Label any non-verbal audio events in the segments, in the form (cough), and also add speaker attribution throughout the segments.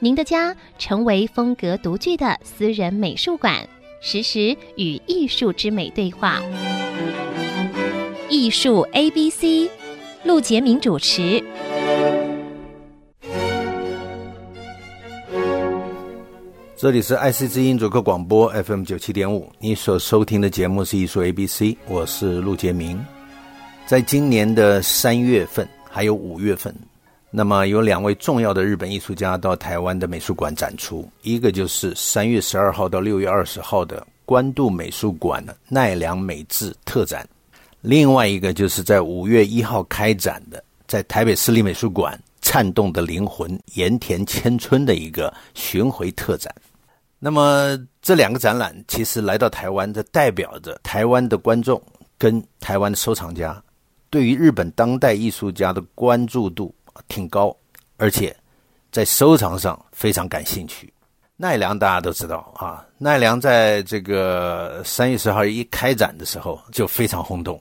Speaker 1: 您的家成为风格独具的私人美术馆，实时与艺术之美对话。艺术 A B C，陆杰明主持。
Speaker 2: 这里是爱思之音主客广播 FM 九七点五，你所收听的节目是艺术 ABC，我是陆杰明。在今年的三月份还有五月份，那么有两位重要的日本艺术家到台湾的美术馆展出，一个就是三月十二号到六月二十号的关渡美术馆的奈良美智特展，另外一个就是在五月一号开展的，在台北市立美术馆。颤动的灵魂，盐田千春的一个巡回特展。那么这两个展览其实来到台湾，这代表着台湾的观众跟台湾的收藏家对于日本当代艺术家的关注度啊挺高，而且在收藏上非常感兴趣。奈良大家都知道啊，奈良在这个三月十号一开展的时候就非常轰动，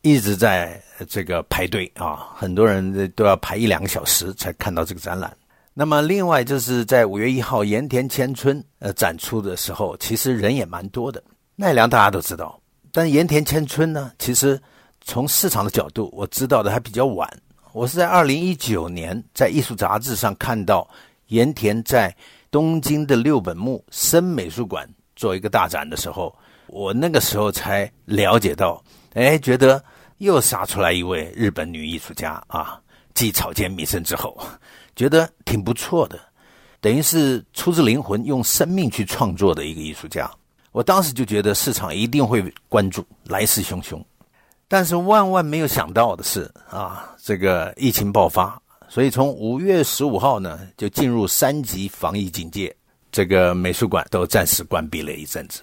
Speaker 2: 一直在这个排队啊，很多人都要排一两个小时才看到这个展览。那么，另外就是在五月一号盐田千春呃展出的时候，其实人也蛮多的。奈良大家都知道，但盐田千春呢，其实从市场的角度，我知道的还比较晚。我是在二零一九年在艺术杂志上看到盐田在东京的六本木森美术馆做一个大展的时候，我那个时候才了解到，哎，觉得又杀出来一位日本女艺术家啊，继草间弥生之后。觉得挺不错的，等于是出自灵魂、用生命去创作的一个艺术家。我当时就觉得市场一定会关注，来势汹汹。但是万万没有想到的是啊，这个疫情爆发，所以从五月十五号呢就进入三级防疫警戒，这个美术馆都暂时关闭了一阵子，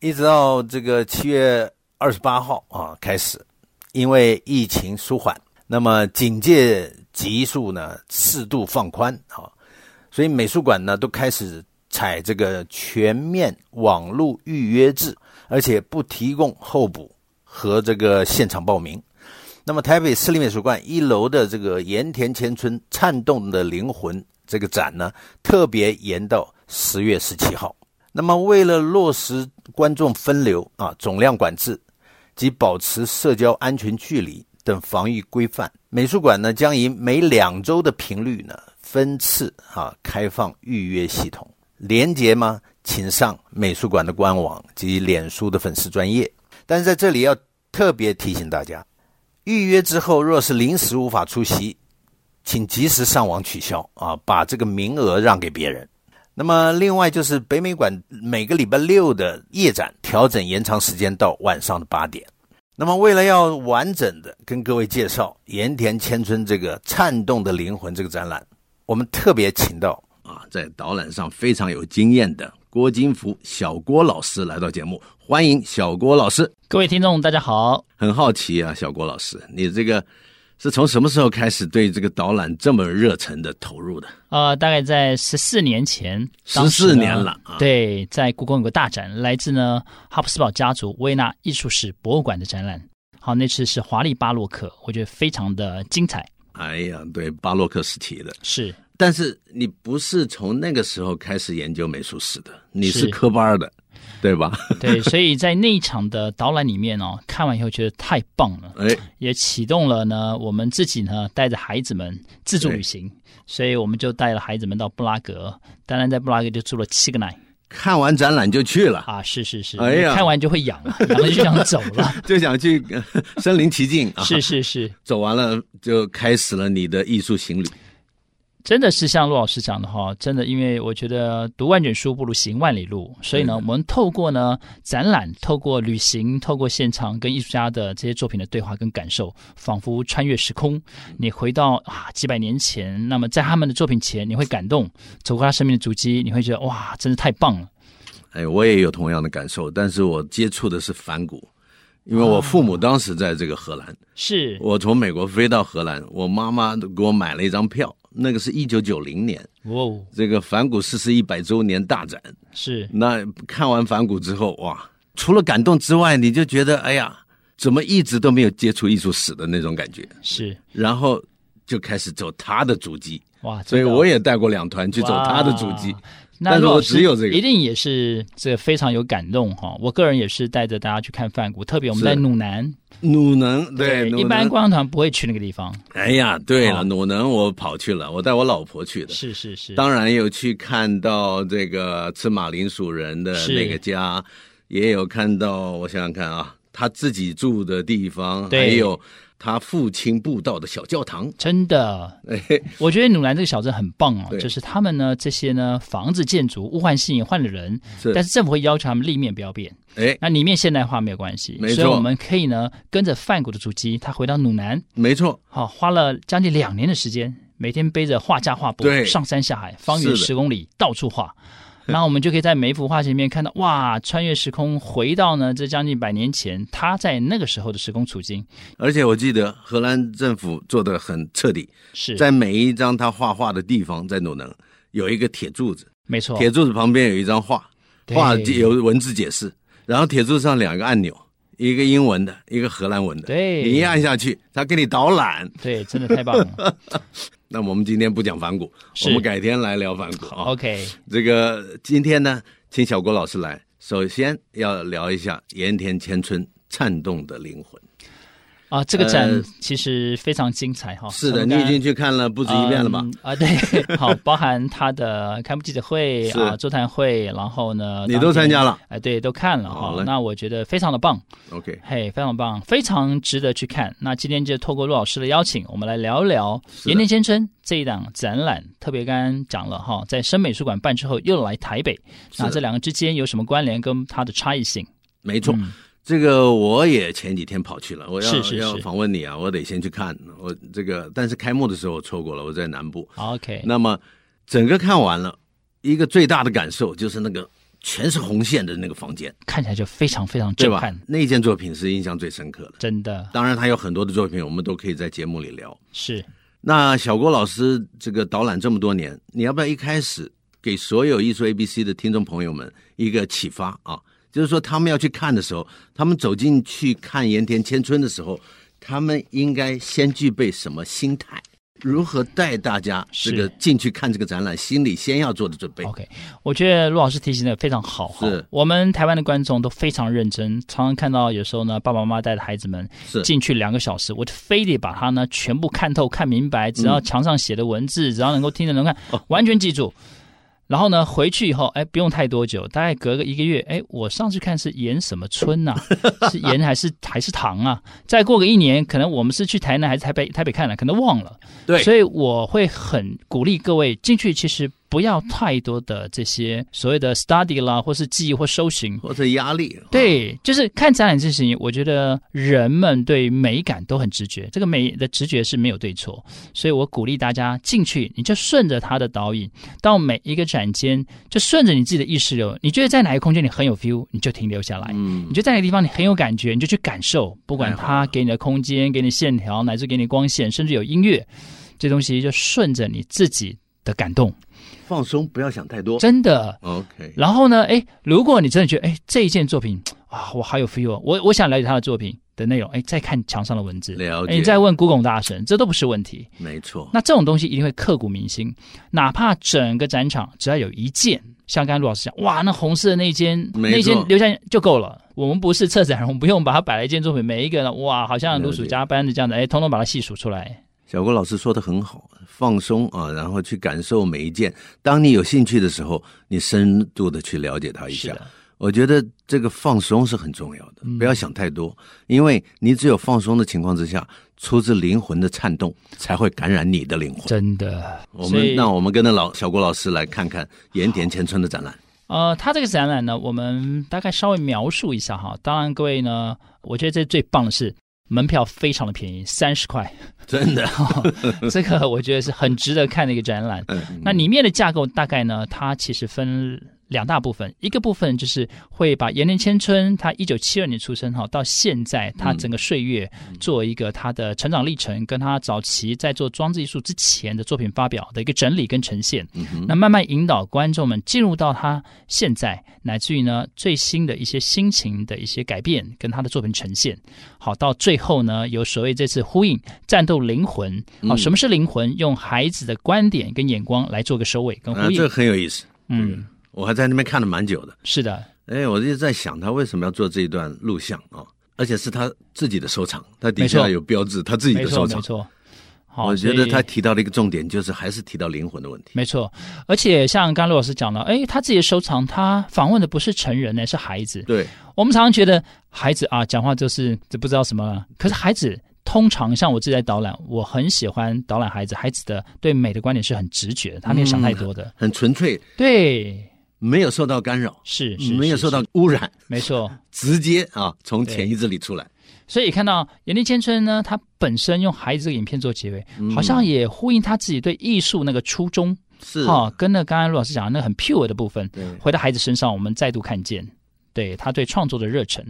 Speaker 2: 一直到这个七月二十八号啊开始，因为疫情舒缓，那么警戒。级数呢适度放宽啊，所以美术馆呢都开始采这个全面网络预约制，而且不提供候补和这个现场报名。那么台北市立美术馆一楼的这个盐田千春颤动的灵魂这个展呢，特别延到十月十七号。那么为了落实观众分流啊、总量管制及保持社交安全距离。等防疫规范，美术馆呢将以每两周的频率呢分次啊开放预约系统。连接吗？请上美术馆的官网及脸书的粉丝专业。但是在这里要特别提醒大家，预约之后若是临时无法出席，请及时上网取消啊，把这个名额让给别人。那么另外就是北美馆每个礼拜六的夜展调整延长时间到晚上的八点。那么，为了要完整的跟各位介绍盐田千春这个《颤动的灵魂》这个展览，我们特别请到啊，在导览上非常有经验的郭金福小郭老师来到节目，欢迎小郭老师。
Speaker 3: 各位听众，大家好。
Speaker 2: 很好奇啊，小郭老师，你这个是从什么时候开始对这个导览这么热忱的投入的？
Speaker 3: 呃，大概在十四年前，
Speaker 2: 十四年了
Speaker 3: 啊。对，在故宫有个大展，来自呢哈布斯堡家族维也纳艺术史博物馆的展览。好，那次是华丽巴洛克，我觉得非常的精彩。
Speaker 2: 哎呀，对，巴洛克时期的， (laughs)
Speaker 3: 是，
Speaker 2: 但是你不是从那个时候开始研究美术史的，你是
Speaker 3: 是
Speaker 2: 科班儿的，对吧？
Speaker 3: 对，所以在那一场的导览里面哦，看完以后觉得太棒了，
Speaker 2: 哎，
Speaker 3: 也启动了呢我们自己呢带着孩子们自助旅行，所以我们就带了孩子们到布拉格，当然在布拉格就住了七个 night
Speaker 2: 看完展览就去
Speaker 3: (laughs)
Speaker 2: 了。
Speaker 3: 啊，是是是，
Speaker 2: 哎呀，
Speaker 3: 看完就会痒了，痒了就想走了
Speaker 2: 就想去呃身临其境啊！
Speaker 3: 是是是。
Speaker 2: 走完了就开始了你的艺术行旅。
Speaker 3: 真的是像陆老师讲的哈，真的，因为我觉得读万卷书不如行万里路，所以呢，
Speaker 4: 对
Speaker 3: 我们透过呢展览，透过旅行，透过现场跟艺术家的这些作品的对话跟感受，仿佛穿越时空，你回到啊几百年前，那么在他们的作品前，你会感动，走过他生命的足迹，你会觉得哇，真是太棒了。
Speaker 2: 哎，我也有同样的感受，但是我接触的是梵谷，因为我父母当时在这个荷兰，
Speaker 3: 是，
Speaker 2: 我从美国飞到荷兰，我妈妈给我买了一张票，那个是一九九零年
Speaker 3: 哇哦，
Speaker 2: 这个梵谷逝世一百周年大展。
Speaker 3: 是
Speaker 2: 那看完梵谷之后，哇，除了感动之外，你就觉得哎呀，怎么一直都没有接触艺术史的那种感觉，
Speaker 3: 是，
Speaker 2: 然后就开始走他的足迹，
Speaker 3: 哇，
Speaker 2: 所以
Speaker 3: 真的哦
Speaker 2: 我也带过两团去走他的足迹
Speaker 3: 哇。那
Speaker 2: 但是
Speaker 3: 陆
Speaker 2: 我
Speaker 3: 老师
Speaker 2: 只有这个
Speaker 3: 一定也是这个非常有感动哈。我个人也是带着大家去看梵谷，特别我们
Speaker 2: 是
Speaker 3: 在鲁南，
Speaker 2: 鲁能对，鲁
Speaker 3: 一般
Speaker 2: 能
Speaker 3: 观光团不会去那个地方，
Speaker 2: 哎呀，对
Speaker 3: 哦
Speaker 2: 了，鲁能我跑去了，我带我老婆去的。
Speaker 3: 是是是，
Speaker 2: 当然有去看到这个吃马铃薯人的
Speaker 3: 是
Speaker 2: 那个家，也有看到我想想看啊，他自己住的地方，
Speaker 3: 对
Speaker 2: 还有他父亲布道的小教堂。(laughs)
Speaker 3: 真的，我觉得鲁南这个小镇很棒哦，
Speaker 2: 对
Speaker 3: 就是他们呢这些呢房子建筑物换新颖换了人，
Speaker 2: 是
Speaker 3: 但是政府会要求他们立面不要变，
Speaker 2: 哎，
Speaker 3: 那里面现代化没有关系，
Speaker 2: 没错
Speaker 3: 所以我们可以呢跟着梵谷的足迹，他回到鲁南，
Speaker 2: 没错，
Speaker 3: 好、花了将近两年的时间，每天背着画架画布
Speaker 2: 对
Speaker 3: 上山下海，方圆
Speaker 2: 是的
Speaker 3: 十公里到
Speaker 2: (laughs)
Speaker 3: 处画。然后我们就可以在每一幅画前面看到，哇，穿越时空回到呢这将近百年前，他在那个时候的时空处境
Speaker 2: 而且我记得荷兰政府做的很彻底，
Speaker 3: 是
Speaker 2: 在每一张他画画的地方，在鲁能有一个铁柱子，
Speaker 3: 没错，
Speaker 2: 铁柱子旁边有一张画，
Speaker 3: 对
Speaker 2: 画有文字解释，然后铁柱上两个按钮，一个英文的，一个荷兰文的。
Speaker 3: 对
Speaker 2: 你一按下去，它给你导览。
Speaker 3: 对，真的太棒
Speaker 2: (laughs)
Speaker 3: 了。
Speaker 2: 那我们今天不讲反骨，
Speaker 3: 是
Speaker 2: 我们改天来聊反骨啊。
Speaker 3: OK，
Speaker 2: 这个今天呢，请小郭老师来，首先要聊一下盐田千春颤动的灵魂。
Speaker 3: 啊，这个展
Speaker 2: 呃
Speaker 3: 其实非常精彩哈。
Speaker 2: 是的，
Speaker 3: 从
Speaker 2: 你
Speaker 3: 刚
Speaker 2: 已经去看了不止一遍了吧？
Speaker 3: 嗯啊、对， (laughs) 好，包含他的开幕记者会
Speaker 2: 是
Speaker 3: 啊、座谈会，然后呢，
Speaker 2: 你都参加了
Speaker 3: 当天？哎、对，都看了
Speaker 2: 好
Speaker 3: 哈。
Speaker 2: 嘞
Speaker 3: 那我觉得非常的棒，
Speaker 2: OK，
Speaker 3: 嘿，非常棒，非常值得去看。那今天就透过陆老师的邀请，我们来聊聊《
Speaker 2: 是的
Speaker 3: 盐田千春》这一档展览。特别刚刚讲了哈，在深美术馆办之后，又来台北，
Speaker 2: 是
Speaker 3: 那这两个之间有什么关联跟它的差异性？
Speaker 2: 没错。
Speaker 3: 嗯
Speaker 2: 这个我也前几天跑去了，我要
Speaker 3: 是是是
Speaker 2: 要访问你啊，我得先去看我这个，但是开幕的时候我错过了，我在南部。
Speaker 3: OK，
Speaker 2: 那么整个看完了，一个最大的感受就是那个全是红线的那个房间，
Speaker 3: 看起来就非常非常
Speaker 2: 对
Speaker 3: 震
Speaker 2: 吧
Speaker 3: 撼，？
Speaker 2: 那件作品是印象最深刻的。
Speaker 3: 真的
Speaker 2: 当然，他有很多的作品，我们都可以在节目里聊。
Speaker 3: 是。
Speaker 2: 那小郭老师这个导览这么多年，你要不要一开始给所有艺术 ABC 的听众朋友们一个启发啊？就是说，他们要去看的时候，他们走进去看盐田千春的时候，他们应该先具备什么心态？如何带大家
Speaker 3: 是
Speaker 2: 这个进去看这个展览，心里先要做的准备？
Speaker 3: OK，我觉得陆老师提醒的非常好哈
Speaker 2: 是。
Speaker 3: 我们台湾的观众都非常认真，常常看到有时候呢，爸爸妈妈带着孩子们
Speaker 2: 是
Speaker 3: 进去两个小时，我非得把它呢全部看透、看明白，只要
Speaker 2: 嗯
Speaker 3: 墙上写的文字，只要能够听得能看，
Speaker 2: 哦
Speaker 3: 完全记住。然后呢，回去以后，哎，不用太多久，大概隔个一个月，哎，我上次看是盐什么
Speaker 2: (laughs)
Speaker 3: 村呐、是盐还是还是糖啊？再过个一年，可能我们是去台南还是台北台北看了，可能忘了。
Speaker 2: 对
Speaker 3: 所以我会很鼓励各位进去，其实不要太多的这些所谓的 study 啦，或是记忆或搜寻。
Speaker 2: 或者压力？
Speaker 3: 对，就是看展览这件事情，我觉得人们对美感都很直觉，这个美的直觉是没有对错，所以我鼓励大家进去，你就顺着他的导引到每一个展间，就顺着你自己的意识流，你觉得在哪个空间你很有 feel，你就停留下来。
Speaker 2: 嗯
Speaker 3: 你，就在那个地方，你很有感觉，你就去感受，不管
Speaker 2: 太好
Speaker 3: 它
Speaker 2: 了
Speaker 3: 给你的空间、给你线条，乃至给你光线，甚至有音乐，这东西就顺着你自己的感动，
Speaker 2: 放松，不要想太多。
Speaker 3: 真的。
Speaker 2: OK，
Speaker 3: 然后呢，哎，如果你真的觉得，哎，这一件作品啊，我好有 feel，哦我我想了解他的作品的内容，哎，再看墙上的文字，
Speaker 2: 了
Speaker 3: 哎你
Speaker 2: 解，
Speaker 3: 再问 Google 大神，这都不是问题。
Speaker 2: 没错。
Speaker 3: 那这种东西一定会刻骨铭心，哪怕整个展场只要有一件，像刚才陆老师讲，哇，那红色的那间
Speaker 2: 没错
Speaker 3: 那间留下就够了。我们不是策展人，我们不用把它摆了一件作品，每一个人哇，好像如数家珍的这样的，哎，通通把它细数出来。
Speaker 2: 小郭老师说的很好，放松啊，然后去感受每一件。当你有兴趣的时候，你深度的去了解它一
Speaker 3: 是
Speaker 2: 下。
Speaker 3: 的，嗯
Speaker 2: 我觉得这个放松是很重要的，不要想太多，因为你只有放松的情况之下，出自灵魂的颤动才会感染你的灵魂。
Speaker 3: 真的。
Speaker 2: 我
Speaker 3: 所以
Speaker 2: 们那我们跟着老小郭老师来看看盐田千春的展览。
Speaker 3: 呃，它这个展览呢，我们大概稍微描述一下哈。当然，各位呢，我觉得这最棒的是门票非常的便宜，三十块，
Speaker 2: 真的，
Speaker 3: 这个我觉得是很值得看的一个展览。
Speaker 2: 嗯
Speaker 3: 那里面的架构大概呢，它其实分两大部分，一个部分就是会把延年千春他一九七二年出生哈，到现在他整个岁月
Speaker 2: 嗯
Speaker 3: 做一个他的成长历程，跟他早期在做装置艺术之前的作品发表的一个整理跟呈现。
Speaker 2: 嗯哼
Speaker 3: 那慢慢引导观众们进入到他现在，乃至于呢最新的一些心情的一些改变，跟他的作品呈现。好，到最后呢，有所谓这次呼应战斗灵魂。好、
Speaker 2: 嗯
Speaker 3: 哦什么是灵魂？用孩子的观点跟眼光来做个收尾跟
Speaker 2: 啊
Speaker 3: 呼，应。
Speaker 2: 这很有意思。
Speaker 3: 嗯，
Speaker 2: 我还在那边看了蛮久的。
Speaker 3: 是的，
Speaker 2: 哎，我就在想他为什么要做这一段录像啊、而且是他自己的收藏，他底
Speaker 3: 没
Speaker 2: 下
Speaker 3: 错
Speaker 2: 有标志，他自己
Speaker 3: 没
Speaker 2: 的
Speaker 3: 错
Speaker 2: 收
Speaker 3: 没
Speaker 2: 藏。
Speaker 3: 错。好，
Speaker 2: 我觉得
Speaker 3: 所以
Speaker 2: 他提到了一个重点，就是还是提到灵魂的问题。
Speaker 3: 没错，而且像刚刚陆老师讲了，哎，他自己的收藏，他访问的不是成人哎呢，是孩子。
Speaker 2: 对，
Speaker 3: 我们常常觉得孩子啊，讲话就是这不知道什么了。可是孩子通常像我自己在导览，我很喜欢导览孩子，孩子的对美的观点是很直觉，他没有想
Speaker 2: 嗯
Speaker 3: 太多的。
Speaker 2: 很纯粹，
Speaker 3: 对，
Speaker 2: 没有受到干扰，
Speaker 3: 是是
Speaker 2: 没有
Speaker 3: 是
Speaker 2: 受到
Speaker 3: 是
Speaker 2: 污染，
Speaker 3: 没错。
Speaker 2: 直接啊从
Speaker 3: 对
Speaker 2: 潜意识里出来。
Speaker 3: 所以看到《眼力千春》呢，他本身用孩子这个影片做结尾，
Speaker 2: 嗯
Speaker 3: 好像也呼应他自己对艺术那个初衷，
Speaker 2: 是，
Speaker 3: 哈、跟那刚刚陆老师讲的那个很 pure 的部分，
Speaker 2: 对，
Speaker 3: 回到孩子身上，我们再度看见对他对创作的热忱。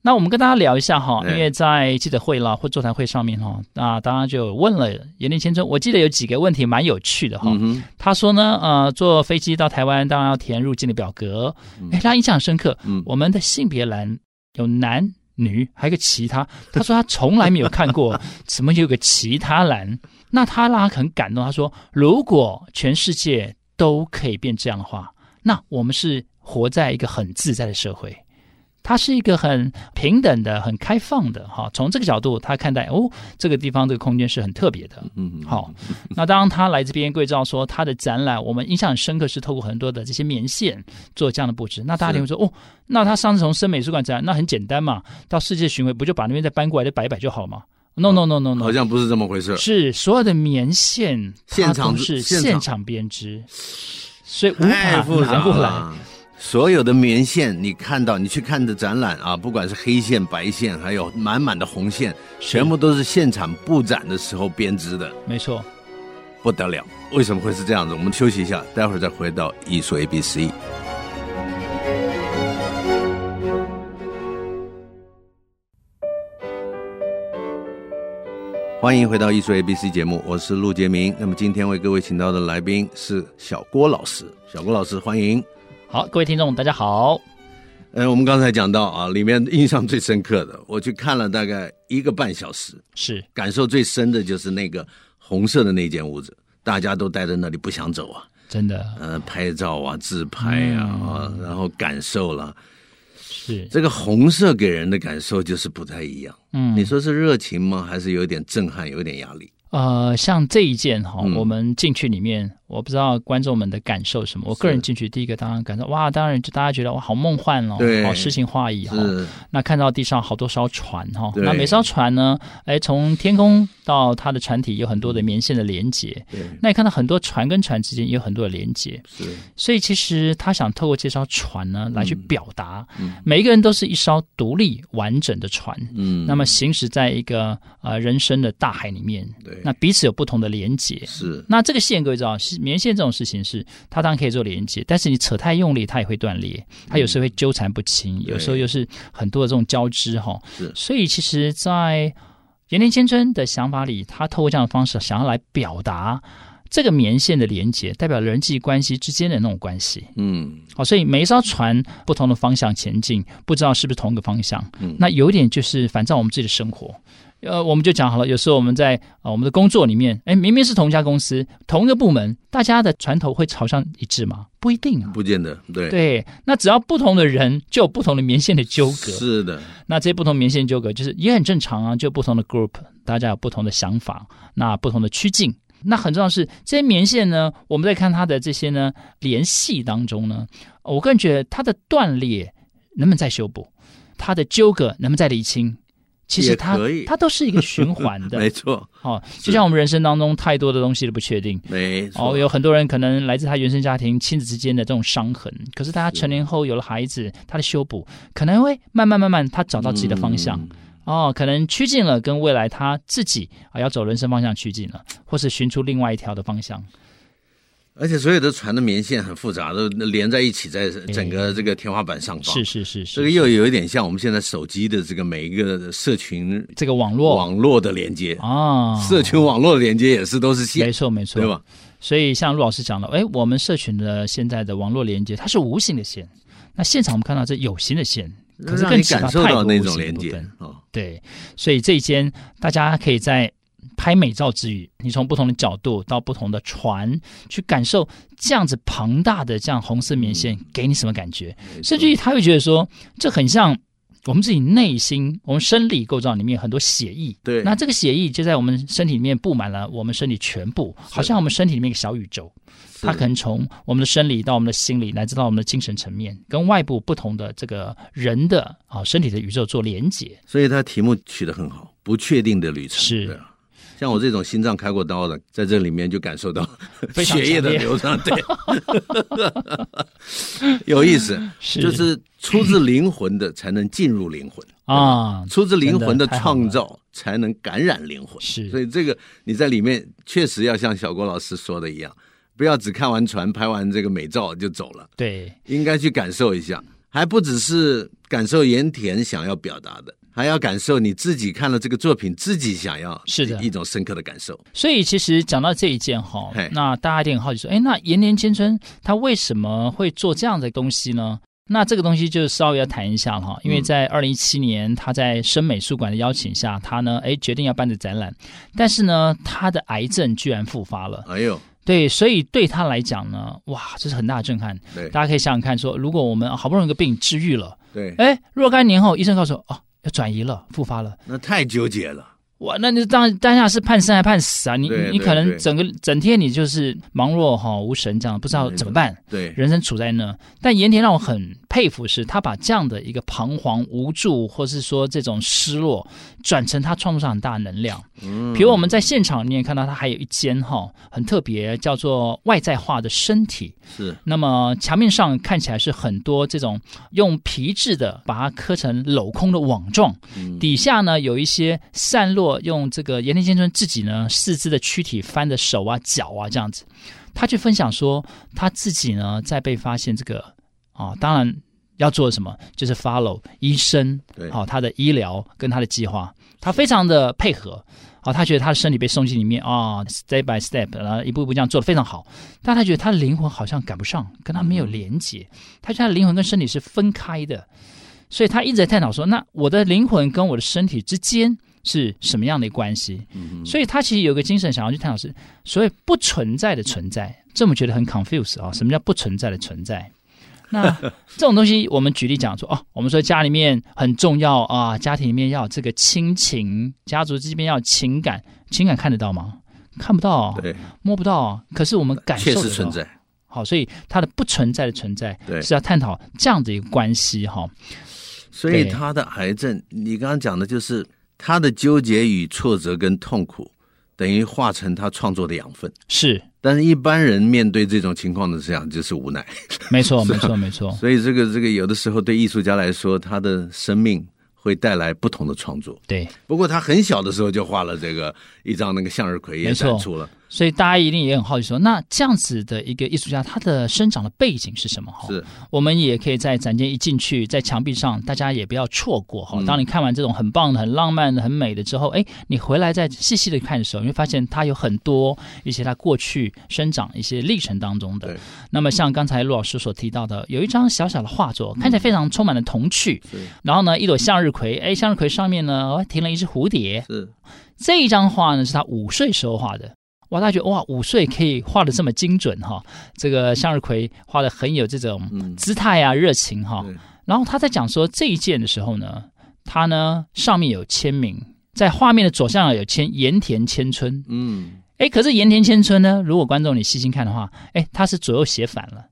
Speaker 3: 那我们跟大家聊一下哈，因
Speaker 2: 哎
Speaker 3: 为在记者会啦或座谈会上面哈，那大家就问了严立千春，我记得有几个问题蛮有趣的哈。
Speaker 2: 嗯哼，
Speaker 3: 他说呢，呃，坐飞机到台湾当然要填入境的表格，哎，让他印象很深刻。
Speaker 2: 嗯
Speaker 3: 我们的性别栏有男女，还有一个其他。他说他从来没有看过怎么有个其他栏，那他让他很感动。他说，如果全世界都可以变这样的话，那我们是活在一个很自在的社会。它是一个很平等的、很开放的哈。从这个角度，他看待哦，这个地方这个空间是很特别的。
Speaker 2: 嗯，
Speaker 3: 好，那当然他来这边，各位知道说他的展览，我们印象很深刻是透过很多的这些棉线做这样的布置。那大家就会说，哦，那他上次从深美术馆展览，那很简单嘛，到世界巡回不就把那边再搬过来再摆一摆就好嘛？No No No No No，
Speaker 2: 哦好像不是这么回事。
Speaker 3: 是所有的棉线它
Speaker 2: 现场
Speaker 3: 都是
Speaker 2: 现场
Speaker 3: 现场编织，所以无
Speaker 2: 太
Speaker 3: 法
Speaker 2: 复
Speaker 3: 拿
Speaker 2: 杂
Speaker 3: 过来。
Speaker 2: 了。所有的棉线，你看到，你去看的展览啊，不管是黑线、白线，还有满满的红线，全部都是现场布展的时候编织的，
Speaker 3: 没错。
Speaker 2: 不得了。为什么会是这样子？我们休息一下，待会儿再回到艺术 A B C。欢迎回到艺术 A B C 节目，我是陆杰明。那么今天为各位请到的来宾是小郭老师，小郭老师，欢迎。
Speaker 3: 好，各位听众大家好，
Speaker 2: 呃，我们刚才讲到啊，里面印象最深刻的，我去看了大概一个半小时，
Speaker 3: 是
Speaker 2: 感受最深的就是那个红色的那间屋子，大家都待在那里不想走啊，
Speaker 3: 真的
Speaker 2: 呃，拍照啊、自拍啊，啊
Speaker 3: 嗯
Speaker 2: 然后感受了
Speaker 3: 是
Speaker 2: 这个红色给人的感受就是不太一样。
Speaker 3: 嗯
Speaker 2: 你说是热情吗？还是有点震撼，有点压力？
Speaker 3: 呃，像这一件哈，
Speaker 2: 嗯
Speaker 3: 我们进去里面，我不知道观众们的感受是什么。我个人进去第一个当然感受，哇，当然就大家觉得哇，好梦幻哦，
Speaker 2: 对
Speaker 3: 好诗情画意哈。
Speaker 2: 是，
Speaker 3: 那看到地上好多艘船哈，
Speaker 2: 对
Speaker 3: 那每艘船呢，哎，从天空到它的船体有很多的棉线的连接。
Speaker 2: 对，
Speaker 3: 那也看到很多船跟船之间也有很多的连接，
Speaker 2: 是，
Speaker 3: 所以其实他想透过这艘船呢来去表达，
Speaker 2: 嗯
Speaker 3: 每一个人都是一艘独立完整的船，
Speaker 2: 嗯，
Speaker 3: 那么行驶在一个呃人生的大海里面，
Speaker 2: 对，
Speaker 3: 那彼此有不同的连接。
Speaker 2: 是，
Speaker 3: 那这个线各位知道，是棉线这种事情是它当然可以做连接，但是你扯太用力，它也会断裂，它有时候会纠缠不清，有时候又是很多的这种交织哈
Speaker 2: 嗯是。
Speaker 3: 所以其实，在岩田千春的想法里，他透过这样的方式想要来表达这个棉线的连接，代表人际关系之间的那种关系。
Speaker 2: 嗯，
Speaker 3: 好，哦所以每一艘船不同的方向前进，不知道是不是同一个方向。
Speaker 2: 嗯
Speaker 3: 那有点就是反照我们自己的生活。呃，我们就讲好了，有时候我们在呃我们的工作里面，哎，明明是同一家公司、同一个部门，大家的船头会朝向一致吗？不一定啊。
Speaker 2: 不见得，对，
Speaker 3: 对，那只要不同的人，就有不同的棉线的纠葛。
Speaker 2: 是的，
Speaker 3: 那这些不同棉线纠葛，就是也很正常啊，就不同的 group，大家有不同的想法，那不同的趋近。那很重要的是，这些棉线呢，我们在看它的这些呢联系当中呢，呃我个人觉得它的断裂能不能再修补，它的纠葛能不能再理清，其实
Speaker 2: 也
Speaker 3: 它
Speaker 2: 可以
Speaker 3: 它都是一个循环
Speaker 2: (laughs)
Speaker 3: 的
Speaker 2: 没。错，
Speaker 3: 哦，就像我们人生当中太多的东西都不确定。
Speaker 2: 没错，
Speaker 3: 哦，有很多人可能来自他原生家庭亲子之间的这种伤痕，可是大家成年后有了孩子，他的修补可能会慢慢慢慢他找到自己的方向。
Speaker 2: 嗯
Speaker 3: 哦，可能趋近了，跟未来他自己啊要走人生方向趋近了，或是寻出另外一条的方向。
Speaker 2: 而且所有的船的棉线很复杂，都连在一起，在整个这个天花板上方。
Speaker 3: 是是是
Speaker 2: 这个
Speaker 3: 是，
Speaker 2: 又有一点像我们现在手机的这个每一个社群
Speaker 3: 这个网络
Speaker 2: 网络的连接，
Speaker 3: 啊，
Speaker 2: 社群网络的连接也是都是
Speaker 3: 没
Speaker 2: 线，
Speaker 3: 错没错，
Speaker 2: 对？吧？
Speaker 3: 所以像陆老师讲了，哎，我们社群的现在的网络连接，它是无形的线。那现场我们看到这有形的线，可是
Speaker 2: 让
Speaker 3: 更
Speaker 2: 你
Speaker 3: 启发
Speaker 2: 感受
Speaker 3: 太
Speaker 2: 到
Speaker 3: 多
Speaker 2: 那
Speaker 3: 无
Speaker 2: 种
Speaker 3: 形的
Speaker 2: 连
Speaker 3: 部
Speaker 2: 接
Speaker 3: 分
Speaker 2: 啊、哦
Speaker 3: 对，所以这一间大家可以在拍美照之余，你从不同的角度到不同的船去感受这样子庞大的这样红色棉线给你什么感觉，甚至于他会觉得说这很像。我们自己内心，我们生理构造里面有很多血液，
Speaker 2: 对
Speaker 3: 那这个血液就在我们身体里面布满了我们身体全部，好像我们身体里面一个小宇宙，
Speaker 2: 嗯
Speaker 3: 它可能从我们的生理到我们的心理，乃至到我们的精神层面，跟外部不同的这个人的啊身体的宇宙做连接，
Speaker 2: 所以它题目取得很好，不确定的旅程
Speaker 3: 是
Speaker 2: 对啊像我这种心脏开过刀的，在这里面就感受到
Speaker 3: (laughs) 非常
Speaker 2: 血液的
Speaker 3: 强烈
Speaker 2: 流畅，
Speaker 3: (laughs)
Speaker 2: 对，有意思，
Speaker 3: 是
Speaker 2: 就是出自灵魂的才能进入灵魂，
Speaker 3: 啊，
Speaker 2: 出自灵魂的
Speaker 3: 真的太好了
Speaker 2: 创造才能感染灵魂。
Speaker 3: 是
Speaker 2: 所以这个你在里面确实要像小郭老师说的一样，不要只看完船、拍完这个美照就走了，
Speaker 3: 对，
Speaker 2: 应该去感受一下，还不只是感受盐田想要表达的，还要感受你自己看了这个作品，自己想要
Speaker 3: 是的
Speaker 2: 一种深刻的感受。
Speaker 3: 所以其实讲到这一件哈
Speaker 2: 嘿，
Speaker 3: 那大家一定很好奇说，哎，那延年千春他为什么会做这样的东西呢？那这个东西就稍微要谈一下了哈，
Speaker 2: 嗯
Speaker 3: 因为在二零一七年，他在深美术馆的邀请下，他呢，哎，决定要办的展览，但是呢，他的癌症居然复发了，
Speaker 2: 哎呦，
Speaker 3: 对，所以对他来讲呢，哇，这是很大的震撼。
Speaker 2: 对
Speaker 3: 大家可以想想看说，如果我们好不容易一个病治愈了，
Speaker 2: 对，
Speaker 3: 哎，若干年后，医生告诉我，哦，要转移了，复发了。
Speaker 2: 那太纠结了。
Speaker 3: 哇，那你当当下是判生还判死啊？你
Speaker 2: 对
Speaker 3: 你
Speaker 2: 对
Speaker 3: 可
Speaker 2: 对
Speaker 3: 能整个整天你就是忙碌哈、无神这样，不知道
Speaker 2: 没错
Speaker 3: 怎么办，
Speaker 2: 嗯对，
Speaker 3: 人生处在那。但盐田让我很佩服，是他把这样的一个彷徨、无助，或是说这种失落，转成他创作上很大的能量。
Speaker 2: 嗯
Speaker 3: 比如我们在现场，你也看到他还有一间哈、很特别，叫做外在化的身体。
Speaker 2: 是
Speaker 3: 那么墙面上看起来是很多这种用皮质的把它刻成镂空的网状，底下呢有一些散落用这个盐田先生自己呢四肢的躯体翻的手啊脚啊这样子，他去分享说他自己呢在被发现这个啊，当然要做什么就是 follow 医生
Speaker 2: 对，
Speaker 3: 好、他的医疗跟他的计划，他非常的配合。好、他觉得他的身体被送进里面啊、s t e p by step，然后一步一步这样做的非常好。但他觉得他的灵魂好像赶不上，跟他没有连接，他觉得他的灵魂跟身体是分开的，所以他一直在探讨说，那我的灵魂跟我的身体之间是什么样的关系？所以他其实有个精神想要去探讨是，所谓不存在的存在，这么觉得很 confuse 啊、什么叫不存在的存在？那这种东西，我们举例讲说，哦，我们说家里面很重要啊，家庭里面要有这个亲情，家族之间要有情感，情感看得到吗？看不到，啊
Speaker 2: 对，
Speaker 3: 摸不到，啊可是我们感受
Speaker 2: 确
Speaker 3: 得到
Speaker 2: 实存在。
Speaker 3: 好，所以它的不存在的存在
Speaker 2: 对
Speaker 3: 是要探讨这样的一个关系哈。
Speaker 2: 所以
Speaker 3: 对
Speaker 2: 他的癌症，你刚刚讲的就是他的纠结与挫折跟痛苦，等于化成他创作的养分。
Speaker 3: 是，
Speaker 2: 但是，一般人面对这种情况的这样就是无奈。
Speaker 3: 没
Speaker 2: (laughs)
Speaker 3: 错，
Speaker 2: 啊
Speaker 3: 没错，没错，
Speaker 2: 所以，这个这个有的时候对艺术家来说，他的生命会带来不同的创作。
Speaker 3: 对。
Speaker 2: 不过，他很小的时候就画了这个一张那个向日葵也
Speaker 3: 没错
Speaker 2: 展出了。
Speaker 3: 所以大家一定也很好奇说，那这样子的一个艺术家，他的生长的背景是什么？哈，
Speaker 2: 是
Speaker 3: 我们也可以在展间一进去，在墙壁上，大家也不要错过哈。当你看完这种很棒的、很浪漫的、很美的之后，哎，你回来再细细的看的时候，你会发现它有很多一些它过去生长一些历程当中的
Speaker 2: 对。
Speaker 3: 那么像刚才陆老师所提到的，有一张小小的画作，看起来非常充满了童趣。然后呢，一朵向日葵，哎，向日葵上面呢哦停了一只蝴蝶，
Speaker 2: 是，
Speaker 3: 这一张画呢是他五岁时候画的。哇，大家觉得哇，五岁可以画的这么精准哈、这个向日葵画的很有这种
Speaker 2: 嗯
Speaker 3: 姿态啊、热情哈、
Speaker 2: 对
Speaker 3: 然后他在讲说这一件的时候呢，他呢上面有签名，在画面的左上角有签盐田千春。
Speaker 2: 嗯，
Speaker 3: 哎，可是盐田千春呢？如果观众你细心看的话，哎，他是左右写反了，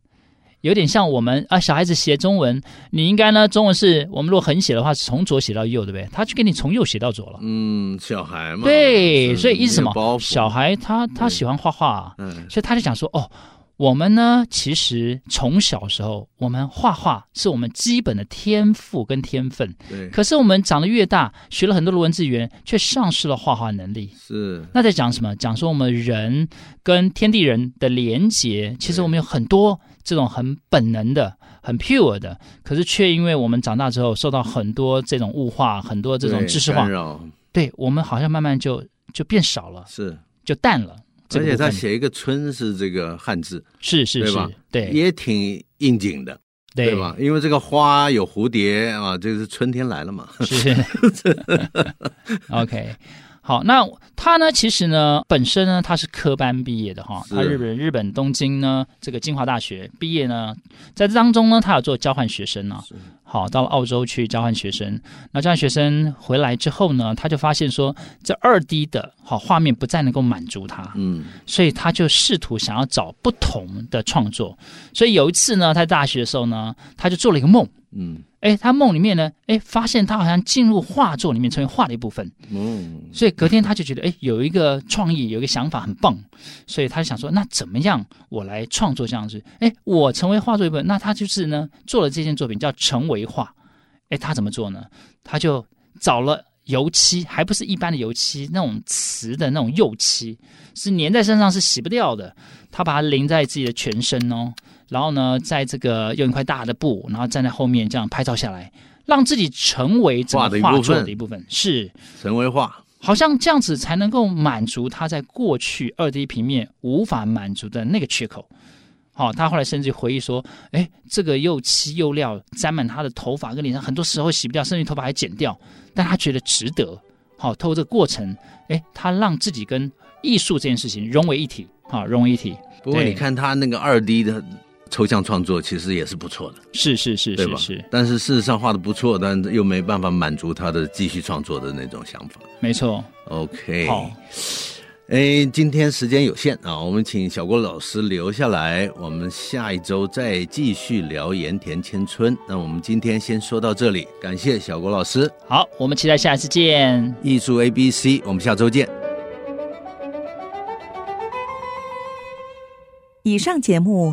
Speaker 3: 有点像我们啊，小孩子写中文，你应该呢，中文是我们如果横写的话，是从左写到右，对不对？他就给你从右写到左了。
Speaker 2: 嗯，小孩嘛，
Speaker 3: 对，
Speaker 2: 是
Speaker 3: 所以意思什
Speaker 2: 嗯没有包
Speaker 3: 么？
Speaker 2: 袱
Speaker 3: 小，孩他他
Speaker 2: 对
Speaker 3: 喜欢画啊画、
Speaker 2: 嗯，
Speaker 3: 所以他就讲说，哦，我们呢，其实从小时候，我们画画是我们基本的天赋跟天分，
Speaker 2: 对，
Speaker 3: 可是我们长得越大，学了很多的文字语言，却丧失了画画能力。
Speaker 2: 是，
Speaker 3: 那在讲什么？讲说我们人跟天地人的连结，其实
Speaker 2: 对
Speaker 3: 我们有很多这种很本能的、很 pure 的，可是却因为我们长大之后受到很多这种物化、很多这种
Speaker 2: 对
Speaker 3: 知识化
Speaker 2: 干，扰
Speaker 3: 对我们好像慢慢就就变少了，
Speaker 2: 是，
Speaker 3: 就淡了。这
Speaker 2: 而
Speaker 3: 个
Speaker 2: 且
Speaker 3: 部
Speaker 2: 他
Speaker 3: 分
Speaker 2: 写一个“春”是这个汉字，
Speaker 3: 是是
Speaker 2: 对
Speaker 3: 是
Speaker 2: 吧，
Speaker 3: 对
Speaker 2: 也挺应景的，
Speaker 3: 对
Speaker 2: 吧？？因为这个花有蝴蝶啊，这是春天来了嘛。
Speaker 3: 是 (laughs) OK。好，那他呢？其实呢，本身呢，他是科班毕业的哈。
Speaker 2: 是
Speaker 3: 他日本日本东京呢，这个清华大学毕业呢，在这当中呢，他有做交换学生啊。好，到了澳洲去交换学生。那交换学生回来之后呢，他就发现说，这二 D 的好画面不再能够满足他。
Speaker 2: 嗯，
Speaker 3: 所以他就试图想要找不同的创作。所以有一次呢，他在大学的时候呢，他就做了一个梦。
Speaker 2: 嗯，
Speaker 3: 哎，他梦里面呢，哎，发现他好像进入画作里面成为画的一部分，
Speaker 2: 哦，
Speaker 3: 所以隔天他就觉得，哎，有一个创意，有一个想法很棒，所以他就想说，那怎么样我来创作这样子？哎，我成为画作一部分，那他就是呢做了这件作品叫《成为画》，哎，他怎么做呢？他就找了。油漆还不是一般的油漆，那种瓷的那种釉漆，是粘在身上是洗不掉的。他把它淋在自己的全身哦，然后呢，在这个用一块大的布，然后站在后面这样拍照下来，让自己成为整
Speaker 2: 画的
Speaker 3: 个
Speaker 2: 一
Speaker 3: 画
Speaker 2: 部
Speaker 3: 作
Speaker 2: 分
Speaker 3: 的一部分。是，
Speaker 2: 成为画，
Speaker 3: 好像这样子才能够满足他在过去二 D 平面无法满足的那个缺口。好、他后来甚至回忆说，哎，这个又漆又料沾满他的头发跟脸上，很多时候洗不掉，甚至头发还剪掉，但他觉得值得。好、透过这个过程，哎，他让自己跟艺术这件事情融为一体，好、融为一体。
Speaker 2: 不过你
Speaker 3: 对
Speaker 2: 看他那个二 D 的抽象创作，其实也是不错的，
Speaker 3: 是是是
Speaker 2: 对吧？
Speaker 3: 是是，
Speaker 2: 但是事实上画的不错，但又没办法满足他的继续创作的那种想法。
Speaker 3: 没错。
Speaker 2: OK，
Speaker 3: 好，
Speaker 2: 哎，今天时间有限啊，我们请小郭老师留下来，我们下一周再继续聊盐田千春。那我们今天先说到这里，感谢小郭老师，
Speaker 3: 好，我们期待下一次见。
Speaker 2: 艺术 A B C，我们下周见。
Speaker 5: 以上节目